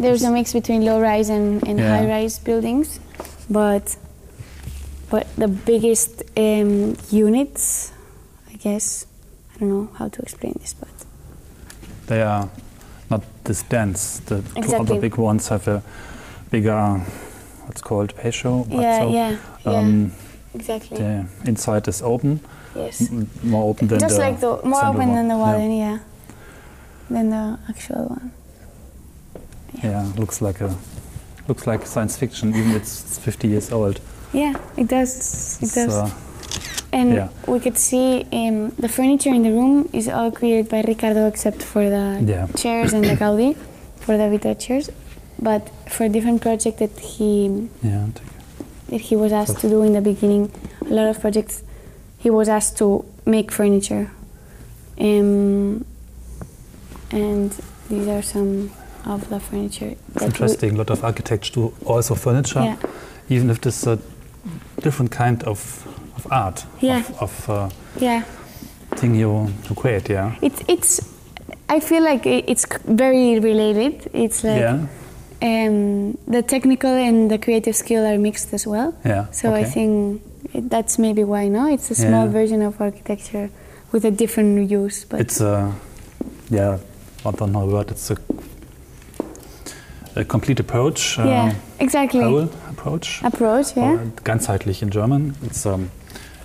Speaker 4: there's a mix between low-rise and, and
Speaker 2: Yeah.
Speaker 4: high-rise buildings, but but the biggest um, units, I guess, I don't know how to explain this, but
Speaker 2: they are not this dense. The two
Speaker 4: Exactly.
Speaker 2: other big ones have a bigger, what's called patio. but
Speaker 4: yeah,
Speaker 2: so,
Speaker 4: yeah, yeah,
Speaker 2: Um,
Speaker 4: exactly,
Speaker 2: The inside is open,
Speaker 4: yes,
Speaker 2: m- more open than
Speaker 4: just
Speaker 2: the
Speaker 4: like the more
Speaker 2: center
Speaker 4: open
Speaker 2: one.
Speaker 4: than the
Speaker 2: Yeah.
Speaker 4: Walden, yeah, than the actual one.
Speaker 2: Yeah, looks like a looks like science fiction. Even it's 50 years old.
Speaker 4: Yeah, it does, it
Speaker 2: It's,
Speaker 4: does.
Speaker 2: uh,
Speaker 4: And
Speaker 2: Yeah.
Speaker 4: we could see um, the furniture in the room is all created by Ricardo except for the
Speaker 2: Yeah.
Speaker 4: chairs and the Gaudi for the Vita chairs. But for a different project that he
Speaker 2: yeah, take it.
Speaker 4: that he was asked to do in the beginning, a lot of projects he was asked to make furniture. Um, and these are some of the furniture.
Speaker 2: it's
Speaker 4: that we-
Speaker 2: interesting. A lot of architects do also furniture,
Speaker 4: Yeah.
Speaker 2: even if this is a different kind of, of art
Speaker 4: Yeah.
Speaker 2: of, of uh,
Speaker 4: Yeah.
Speaker 2: thing you you create. Yeah.
Speaker 4: It's it's. I feel like i- it's c- very related. It's like
Speaker 2: yeah.
Speaker 4: um, the technical and the creative skill are mixed as well.
Speaker 2: Yeah.
Speaker 4: So I
Speaker 2: okay.
Speaker 4: think it, that's maybe why no, it's a small
Speaker 2: Yeah.
Speaker 4: version of architecture with a different use. But
Speaker 2: it's a yeah. I don't know the word. It's a a complete approach.
Speaker 4: yeah,
Speaker 2: uh,
Speaker 4: exactly
Speaker 2: whole approach.
Speaker 4: approach.
Speaker 2: or
Speaker 4: Yeah,
Speaker 2: ganzheitlich in German. It's um,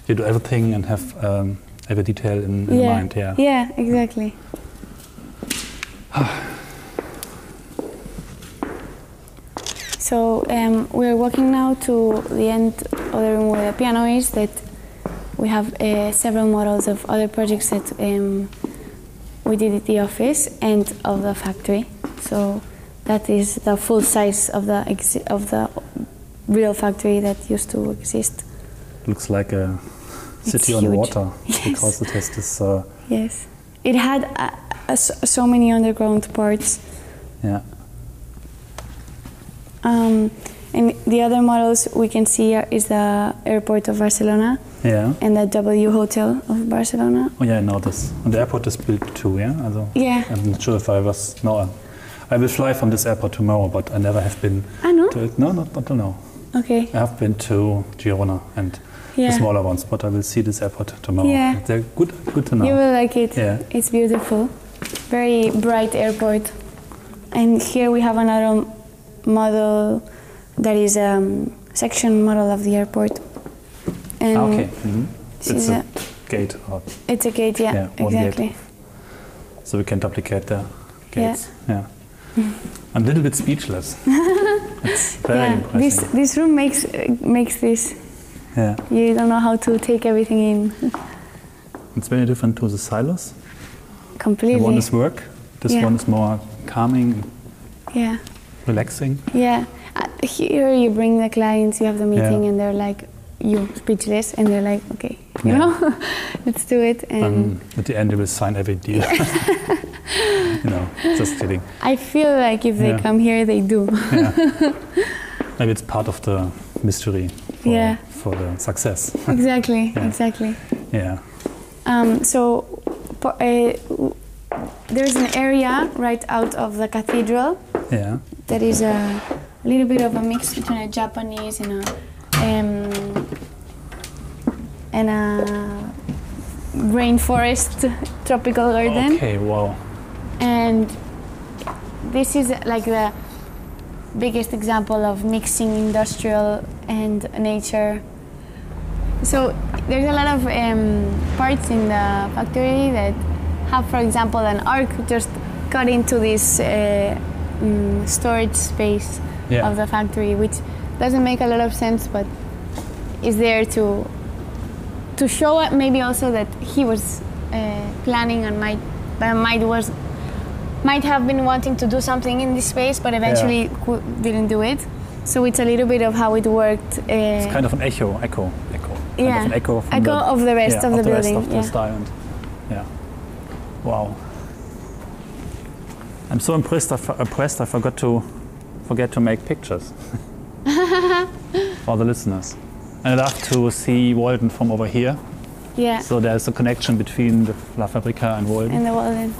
Speaker 2: you do everything and have um, every detail in, in
Speaker 4: yeah,
Speaker 2: mind. Yeah.
Speaker 4: yeah, exactly. So um, we're walking now to the end of the room where the piano is. That we have uh, several models of other projects that um, we did at the office and of the factory. So that is the full size of the exi- of the real factory that used to exist.
Speaker 2: Looks like a
Speaker 4: It's
Speaker 2: city on
Speaker 4: huge.
Speaker 2: water
Speaker 4: Yes.
Speaker 2: because it has this. Uh,
Speaker 4: Yes, it had uh, uh, so so many underground parts.
Speaker 2: yeah.
Speaker 4: Um, and the other models we can see are, is the airport of Barcelona
Speaker 2: Yeah.
Speaker 4: and the W Hotel of Barcelona.
Speaker 2: Oh yeah, I know this. And the airport is built too. Yeah. Also,
Speaker 4: Yeah.
Speaker 2: I'm not sure if I was. No. uh, I will fly from this airport tomorrow, but I never have been
Speaker 4: Ah, no?
Speaker 2: to it. No, not until now.
Speaker 4: Okay.
Speaker 2: I have been to Girona and the
Speaker 4: Yeah.
Speaker 2: smaller ones, but I will see this airport tomorrow.
Speaker 4: Yeah.
Speaker 2: They're good, good to know.
Speaker 4: You will like it.
Speaker 2: Yeah.
Speaker 4: It's beautiful. Very bright airport. And here we have another model that is a um, section model of the airport. And
Speaker 2: Ah, okay. Mhm. It's
Speaker 4: she's
Speaker 2: a,
Speaker 4: a-
Speaker 2: gate. Or
Speaker 4: It's a gate, yeah,
Speaker 2: Yeah, one gate.
Speaker 4: exactly.
Speaker 2: So we can duplicate the
Speaker 4: Yeah.
Speaker 2: gates. Yeah. I'm a little bit speechless. it's very
Speaker 4: yeah, this
Speaker 2: impressive.
Speaker 4: this room makes uh, makes this.
Speaker 2: Yeah.
Speaker 4: You don't know how to take everything in
Speaker 2: It's very different to the silos. The
Speaker 4: completely.
Speaker 2: one is work. This
Speaker 4: Yeah.
Speaker 2: one is more calming,
Speaker 4: yeah.
Speaker 2: relaxing.
Speaker 4: Yeah, Uh, here you bring the clients, you have the meeting,
Speaker 2: Yeah.
Speaker 4: and they're like, you speechless, and they're like, okay, you
Speaker 2: Yeah.
Speaker 4: know, let's do it. And
Speaker 2: Um, at the end, they will sign every deal. you know, just kidding.
Speaker 4: I feel like if they
Speaker 2: Yeah.
Speaker 4: come here, they do.
Speaker 2: Maybe it's part of the mystery for,
Speaker 4: Yeah.
Speaker 2: for the success.
Speaker 4: exactly,
Speaker 2: Yeah.
Speaker 4: exactly.
Speaker 2: yeah.
Speaker 4: Um, so po- uh, w- there's an area right out of the cathedral
Speaker 2: Yeah.
Speaker 4: that is a little bit of a mix between a Japanese and a um, and a rainforest tropical garden.
Speaker 2: Okay, wow.
Speaker 4: And this is like the biggest example of mixing industrial and nature. So there's a lot of um, parts in the factory that have, for example, an arc just cut into this uh, mm, storage space
Speaker 2: Yeah.
Speaker 4: of the factory, which doesn't make a lot of sense, but is there to to show it maybe also that he was uh, planning and might uh, might was might have been wanting to do something in this space, but eventually cou- didn't do it. So it's a little bit of how it worked. Uh,
Speaker 2: It's kind of an echo, echo, echo. Kind
Speaker 4: Yeah.
Speaker 2: of an echo from
Speaker 4: echo
Speaker 2: the,
Speaker 4: of the rest
Speaker 2: yeah,
Speaker 4: of the,
Speaker 2: rest
Speaker 4: building.
Speaker 2: of the
Speaker 4: yeah.
Speaker 2: style. And, yeah. Wow. I'm so impressed. I, fo- impressed. I forgot to forget to make pictures for the listeners. And I love to see Walden from over here.
Speaker 4: yeah.
Speaker 2: So there's a connection between the La Fabrica and Walden.
Speaker 4: And the Walden.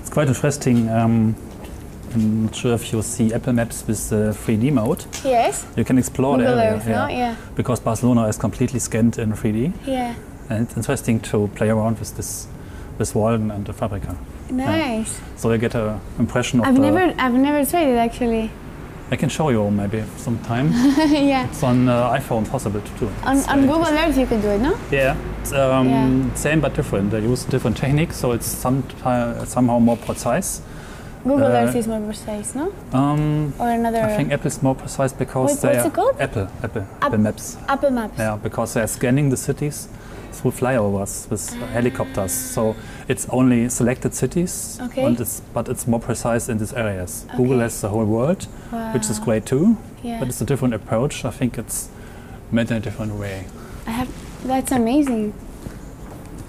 Speaker 2: It's quite interesting. Um, I'm not sure if you see Apple Maps with the 3D mode.
Speaker 4: Yes.
Speaker 2: You can explore
Speaker 4: Google
Speaker 2: Oh, the area
Speaker 4: Earth,
Speaker 2: yeah.
Speaker 4: no? Yeah.
Speaker 2: because Barcelona is completely scanned in 3D,
Speaker 4: Yeah.
Speaker 2: and it's interesting to play around with this, with Walden and the Fabrica.
Speaker 4: Nice.
Speaker 2: So you get an impression of
Speaker 4: I've
Speaker 2: the.
Speaker 4: never I've never tried it actually.
Speaker 2: I can show you maybe sometime.
Speaker 4: yeah.
Speaker 2: it's on uh, iPhone possible to do.
Speaker 4: On,
Speaker 2: It's
Speaker 4: on
Speaker 2: very
Speaker 4: Google
Speaker 2: interesting.
Speaker 4: Earth you can do it, no?
Speaker 2: Yeah, it's, um,
Speaker 4: Yeah.
Speaker 2: same but different. They use different techniques, so it's some, somehow more precise.
Speaker 4: Google
Speaker 2: Uh,
Speaker 4: Earth is more precise, no?
Speaker 2: Um,
Speaker 4: Or another
Speaker 2: I think Apple's more precise because
Speaker 4: Wait,
Speaker 2: they
Speaker 4: what's
Speaker 2: are
Speaker 4: it called?
Speaker 2: Apple, Apple,
Speaker 4: App-
Speaker 2: Apple Maps.
Speaker 4: Apple Maps.
Speaker 2: Yeah, because they're scanning the cities through flyovers with
Speaker 4: Ah.
Speaker 2: helicopters. So it's only selected cities,
Speaker 4: Okay.
Speaker 2: and it's, but it's more precise in these areas. Google
Speaker 4: Okay.
Speaker 2: has the whole world,
Speaker 4: Wow.
Speaker 2: which is great too,
Speaker 4: Yeah.
Speaker 2: but it's a different approach. I think it's made in a different way.
Speaker 4: I have that's amazing.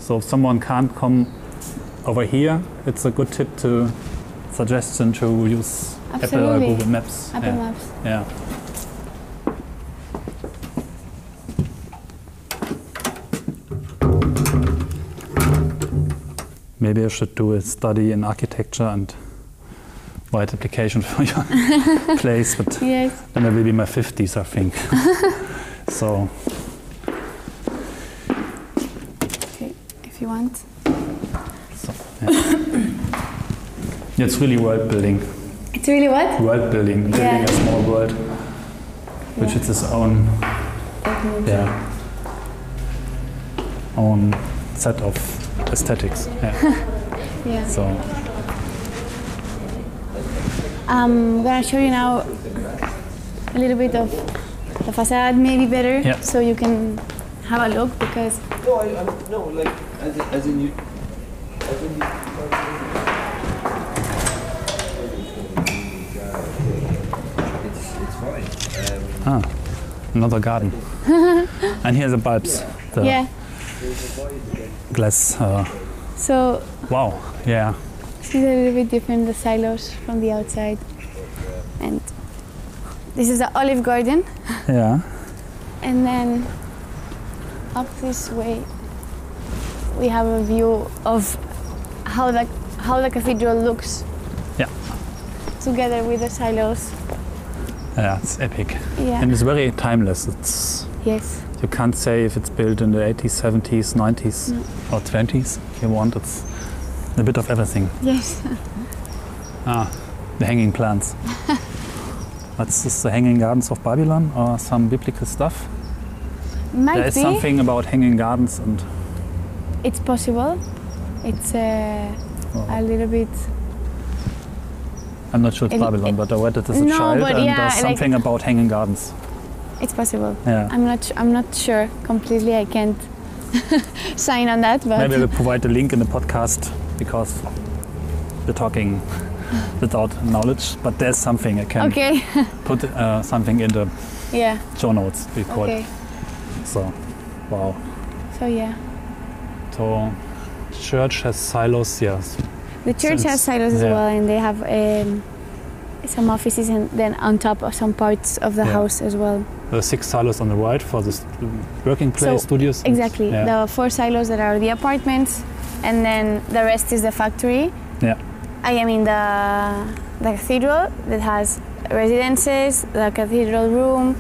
Speaker 2: So if someone can't come over here, it's a good tip to suggestion to use Apple
Speaker 4: Absolutely.
Speaker 2: or Google Maps.
Speaker 4: Apple
Speaker 2: yeah.
Speaker 4: Maps.
Speaker 2: Yeah. Maybe I should do a study in architecture and write application for your place, but
Speaker 4: Yes.
Speaker 2: then I will be in my 50s, I think. so,
Speaker 4: Okay. If you want.
Speaker 2: so yeah. it's really world building.
Speaker 4: It's really what?
Speaker 2: World building, building
Speaker 4: Yeah.
Speaker 2: a small world, which
Speaker 4: Yeah.
Speaker 2: is its own yeah, own set of aesthetics. Yeah.
Speaker 4: Yeah.
Speaker 2: so
Speaker 4: I'm gonna show you now a little bit of the facade, maybe better,
Speaker 2: Yeah.
Speaker 4: so you can have a look because
Speaker 5: No, I, I'm, no, like as, in- as in you. As in you it's, it's fine. Um,
Speaker 2: ah, another garden. and here's the bulbs, the
Speaker 4: yeah.
Speaker 2: glass. Uh,
Speaker 4: So
Speaker 2: wow, yeah,
Speaker 4: This is a little bit different, the silos from the outside. And this is the olive garden.
Speaker 2: yeah.
Speaker 4: And then up this way, we have a view of how the, how the cathedral looks.
Speaker 2: Yeah.
Speaker 4: Together with the silos.
Speaker 2: Yeah, it's epic,
Speaker 4: Yeah.
Speaker 2: and it's very timeless. It's
Speaker 4: yes.
Speaker 2: you can't say if it's built in the 80s, 70s, 90s,
Speaker 4: Mm.
Speaker 2: or 20s. You want it's a bit of everything.
Speaker 4: Yes.
Speaker 2: Ah, the hanging plants. That's just the hanging gardens of Babylon or some biblical stuff.
Speaker 4: Might
Speaker 2: there is
Speaker 4: be.
Speaker 2: something about hanging gardens and
Speaker 4: It's possible. It's uh, a little bit.
Speaker 2: I'm not sure it's
Speaker 4: It-
Speaker 2: Babylon,
Speaker 4: it-
Speaker 2: but I read it as a
Speaker 4: No,
Speaker 2: child
Speaker 4: but
Speaker 2: and
Speaker 4: yeah,
Speaker 2: there's
Speaker 4: like-
Speaker 2: something about hanging gardens.
Speaker 4: It's possible.
Speaker 2: Yeah.
Speaker 4: I'm not. I'm not sure completely. I can't sign on that, but
Speaker 2: Maybe we'll provide a link in the podcast because we're talking without knowledge, but there's something I can
Speaker 4: Okay.
Speaker 2: put uh, something in the
Speaker 4: yeah.
Speaker 2: show notes. We call
Speaker 4: Okay.
Speaker 2: it. So, wow.
Speaker 4: So yeah,
Speaker 2: So, church has silos. Yes.
Speaker 4: the church has
Speaker 2: Since-
Speaker 4: silos as
Speaker 2: yeah.
Speaker 4: well, and they have um, some offices, and then on top of some parts of the
Speaker 2: Yeah.
Speaker 4: house as well.
Speaker 2: The Uh, six silos on the right for the st- working place
Speaker 4: So,
Speaker 2: studios. and-
Speaker 4: Exactly.
Speaker 2: Yeah.
Speaker 4: There are four silos that are the apartments, and then the rest is the factory.
Speaker 2: Yeah.
Speaker 4: I am in the the cathedral that has residences, the cathedral room,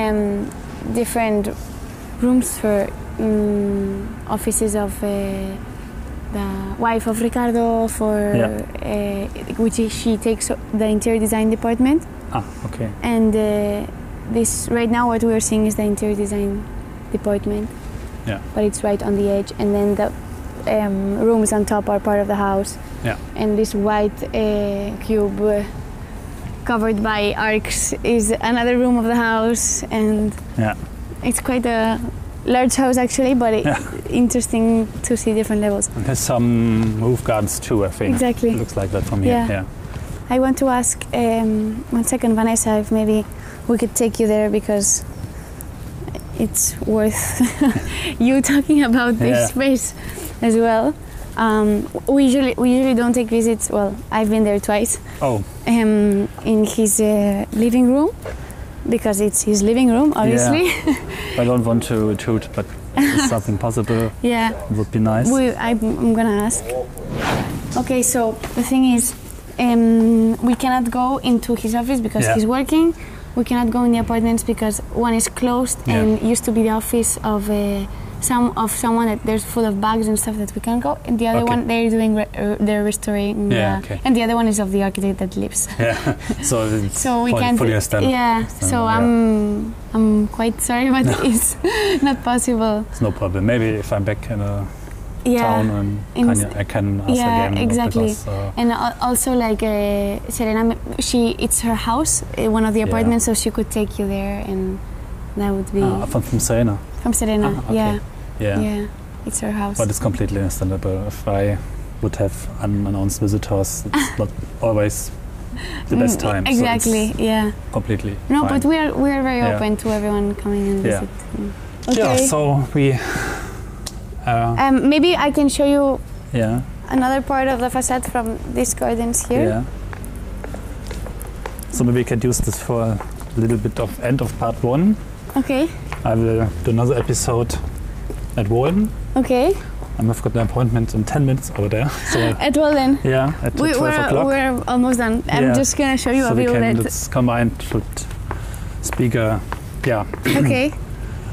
Speaker 4: and different rooms for mm offices of uh, the wife of Ricardo, for uh, which she takes the interior design department.
Speaker 2: Ah, okay.
Speaker 4: And uh, this right now, what we are seeing is the interior design department.
Speaker 2: Yeah.
Speaker 4: But it's right on the edge, and then the um, rooms on top are part of the house.
Speaker 2: Yeah.
Speaker 4: And this white uh, cube uh, covered by arcs is another room of the house, and
Speaker 2: Yeah.
Speaker 4: it's quite a large house actually, but it,
Speaker 2: Yeah.
Speaker 4: interesting to see different levels.
Speaker 2: And there's some roof gardens too. I think.
Speaker 4: Exactly.
Speaker 2: It looks like that from here.
Speaker 4: Yeah. I want to ask um, one second, Vanessa, if maybe we could take you there because it's worth you talking about this
Speaker 2: Yeah.
Speaker 4: space as well. Um, we usually we usually don't take visits. Well, I've been there twice
Speaker 2: Oh,
Speaker 4: um, in his uh, living room because it's his living room, obviously.
Speaker 2: I don't want to toot, but if something possible
Speaker 4: Yeah.
Speaker 2: would be nice.
Speaker 4: We, I'm, I'm gonna ask. Okay, so the thing is, um, we cannot go into his office because
Speaker 2: Yeah.
Speaker 4: he's working. We cannot go in the apartments because one is closed
Speaker 2: Yeah.
Speaker 4: and used to be the office of uh, some of someone that there's full of bags and stuff that we can't go. And the other
Speaker 2: Okay.
Speaker 4: one, they're doing re- uh, they're restoring.
Speaker 2: Yeah,
Speaker 4: uh,
Speaker 2: okay.
Speaker 4: And the other one is of the architect that lives.
Speaker 2: yeah. So, it's
Speaker 4: So we
Speaker 2: fully-
Speaker 4: can't.
Speaker 2: fully understand.
Speaker 4: Yeah. So
Speaker 2: yeah.
Speaker 4: I'm I'm quite sorry, but it's not possible.
Speaker 2: It's no problem. Maybe if I'm back in a
Speaker 4: Yeah.
Speaker 2: town and
Speaker 4: In-
Speaker 2: can, I can ask
Speaker 4: Yeah,
Speaker 2: again.
Speaker 4: exactly.
Speaker 2: Because, uh,
Speaker 4: And al- also, like uh, Serena, she it's her house, uh, one of the
Speaker 2: Yeah.
Speaker 4: apartments, so she could take you there, and that would be
Speaker 2: ah, from, from Serena.
Speaker 4: from Serena.
Speaker 2: Ah, okay.
Speaker 4: yeah,
Speaker 2: Yeah.
Speaker 4: yeah, it's her house.
Speaker 2: But it's completely understandable. If I would have unannounced visitors, it's not always the best
Speaker 4: Mm,
Speaker 2: time. so it's
Speaker 4: Exactly. yeah.
Speaker 2: completely.
Speaker 4: No,
Speaker 2: fine.
Speaker 4: but we are we are very
Speaker 2: Yeah.
Speaker 4: open to everyone coming and
Speaker 2: Yeah.
Speaker 4: visit. Mm.
Speaker 2: Yeah,
Speaker 4: Okay.
Speaker 2: so we. Uh,
Speaker 4: um, maybe I can show you
Speaker 2: yeah.
Speaker 4: another part of the facade from these gardens here.
Speaker 2: Yeah. So maybe we can use this for a little bit of end of part one.
Speaker 4: Okay.
Speaker 2: I will do another episode at Walden.
Speaker 4: Okay.
Speaker 2: And I've got an appointment in 10 minutes over there. So
Speaker 4: At well then.
Speaker 2: yeah, at
Speaker 4: We,
Speaker 2: 12
Speaker 4: we're,
Speaker 2: o'clock.
Speaker 4: we're almost done. I'm
Speaker 2: Yeah.
Speaker 4: just gonna show you
Speaker 2: so
Speaker 4: a
Speaker 2: we
Speaker 4: view
Speaker 2: can
Speaker 4: that.
Speaker 2: let's combine should speak uh, yeah
Speaker 4: Okay.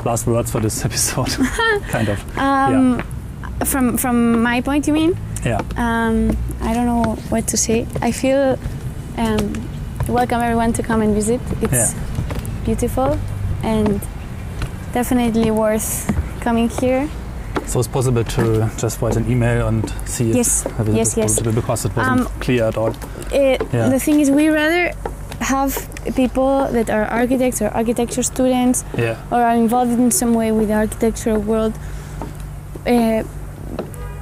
Speaker 2: last words for this episode kind of
Speaker 4: Um, From from my point, you mean?
Speaker 2: yeah
Speaker 4: Um, I don't know what to say. I feel um, welcome everyone to come and visit. It's beautiful and definitely worth coming here.
Speaker 2: so it's possible to just write an email and see
Speaker 4: Yes.
Speaker 2: if, if it
Speaker 4: Yes,
Speaker 2: is
Speaker 4: yes.
Speaker 2: possible because it wasn't
Speaker 4: Um,
Speaker 2: clear at all
Speaker 4: It,
Speaker 2: Yeah.
Speaker 4: Eh, The thing is, we rather have people that are architects or architecture students
Speaker 2: yeah
Speaker 4: or are involved in some way with the architectural world, uh,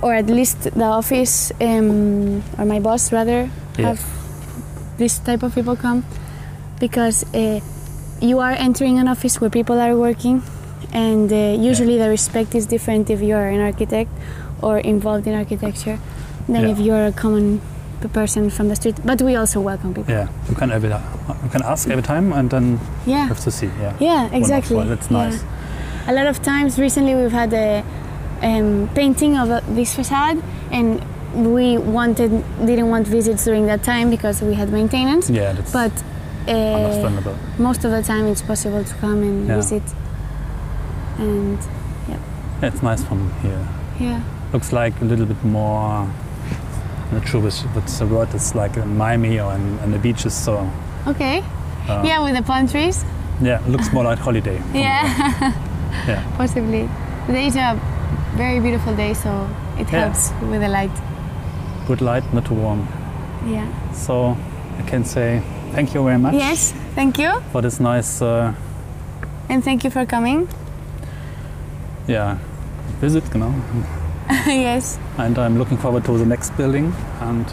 Speaker 4: or at least the office um, or my boss rather
Speaker 2: Yeah.
Speaker 4: have this type of people come because uh, you are entering an office where people are working, and uh, usually the respect is different if you are an architect or involved in architecture than
Speaker 2: Yeah.
Speaker 4: if you are a common p- person from the street. But we also welcome people.
Speaker 2: yeah you can every you can ask every time and then
Speaker 4: Yeah.
Speaker 2: have to see yeah
Speaker 4: Yeah, exactly.
Speaker 2: Wonderful. that's
Speaker 4: Yeah.
Speaker 2: nice
Speaker 4: A lot of times recently we've had a um, painting of uh, this facade and we wanted didn't want visits during that time because we had maintenance
Speaker 2: yeah that's
Speaker 4: but uh,
Speaker 2: understandable
Speaker 4: most of the time it's possible to come and
Speaker 2: Yeah.
Speaker 4: visit and
Speaker 2: yeah, it's nice from here
Speaker 4: yeah
Speaker 2: looks like a little bit more I'm not sure which- what's the word it's like in Miami or in, in the beaches so
Speaker 4: okay
Speaker 2: uh,
Speaker 4: yeah with the palm trees
Speaker 2: Yeah, it looks more like holiday. for me.
Speaker 4: yeah
Speaker 2: Yeah.
Speaker 4: possibly today is a very beautiful day so it
Speaker 2: Yeah.
Speaker 4: helps with the light
Speaker 2: Good light, not too warm.
Speaker 4: yeah
Speaker 2: So I can say thank you very much
Speaker 4: yes thank you
Speaker 2: for this nice uh,
Speaker 4: and thank you for coming
Speaker 2: yeah, visit, genau.
Speaker 4: yes
Speaker 2: And I'm looking forward to the next building and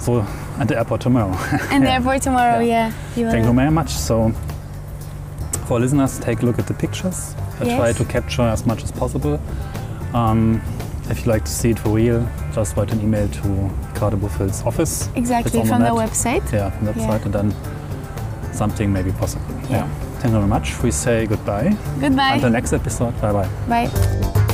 Speaker 2: So at the airport tomorrow.
Speaker 4: And therefore tomorrow, yeah. you
Speaker 2: Thank you
Speaker 4: will-
Speaker 2: very much. So, for listeners, take a look at the pictures. I
Speaker 4: Yes.
Speaker 2: try to capture as much as possible. Um, if you like to see it for real, just write an email to Carter Buffels office. It's
Speaker 4: Exactly,
Speaker 2: on
Speaker 4: from
Speaker 2: the
Speaker 4: the
Speaker 2: net.
Speaker 4: website.
Speaker 2: Yeah, from that
Speaker 4: Yeah.
Speaker 2: side, and then something may be possible.
Speaker 4: Yeah.
Speaker 2: Thank you very much. We say goodbye.
Speaker 4: Goodbye.
Speaker 2: Until next episode. Bye bye.
Speaker 4: Bye.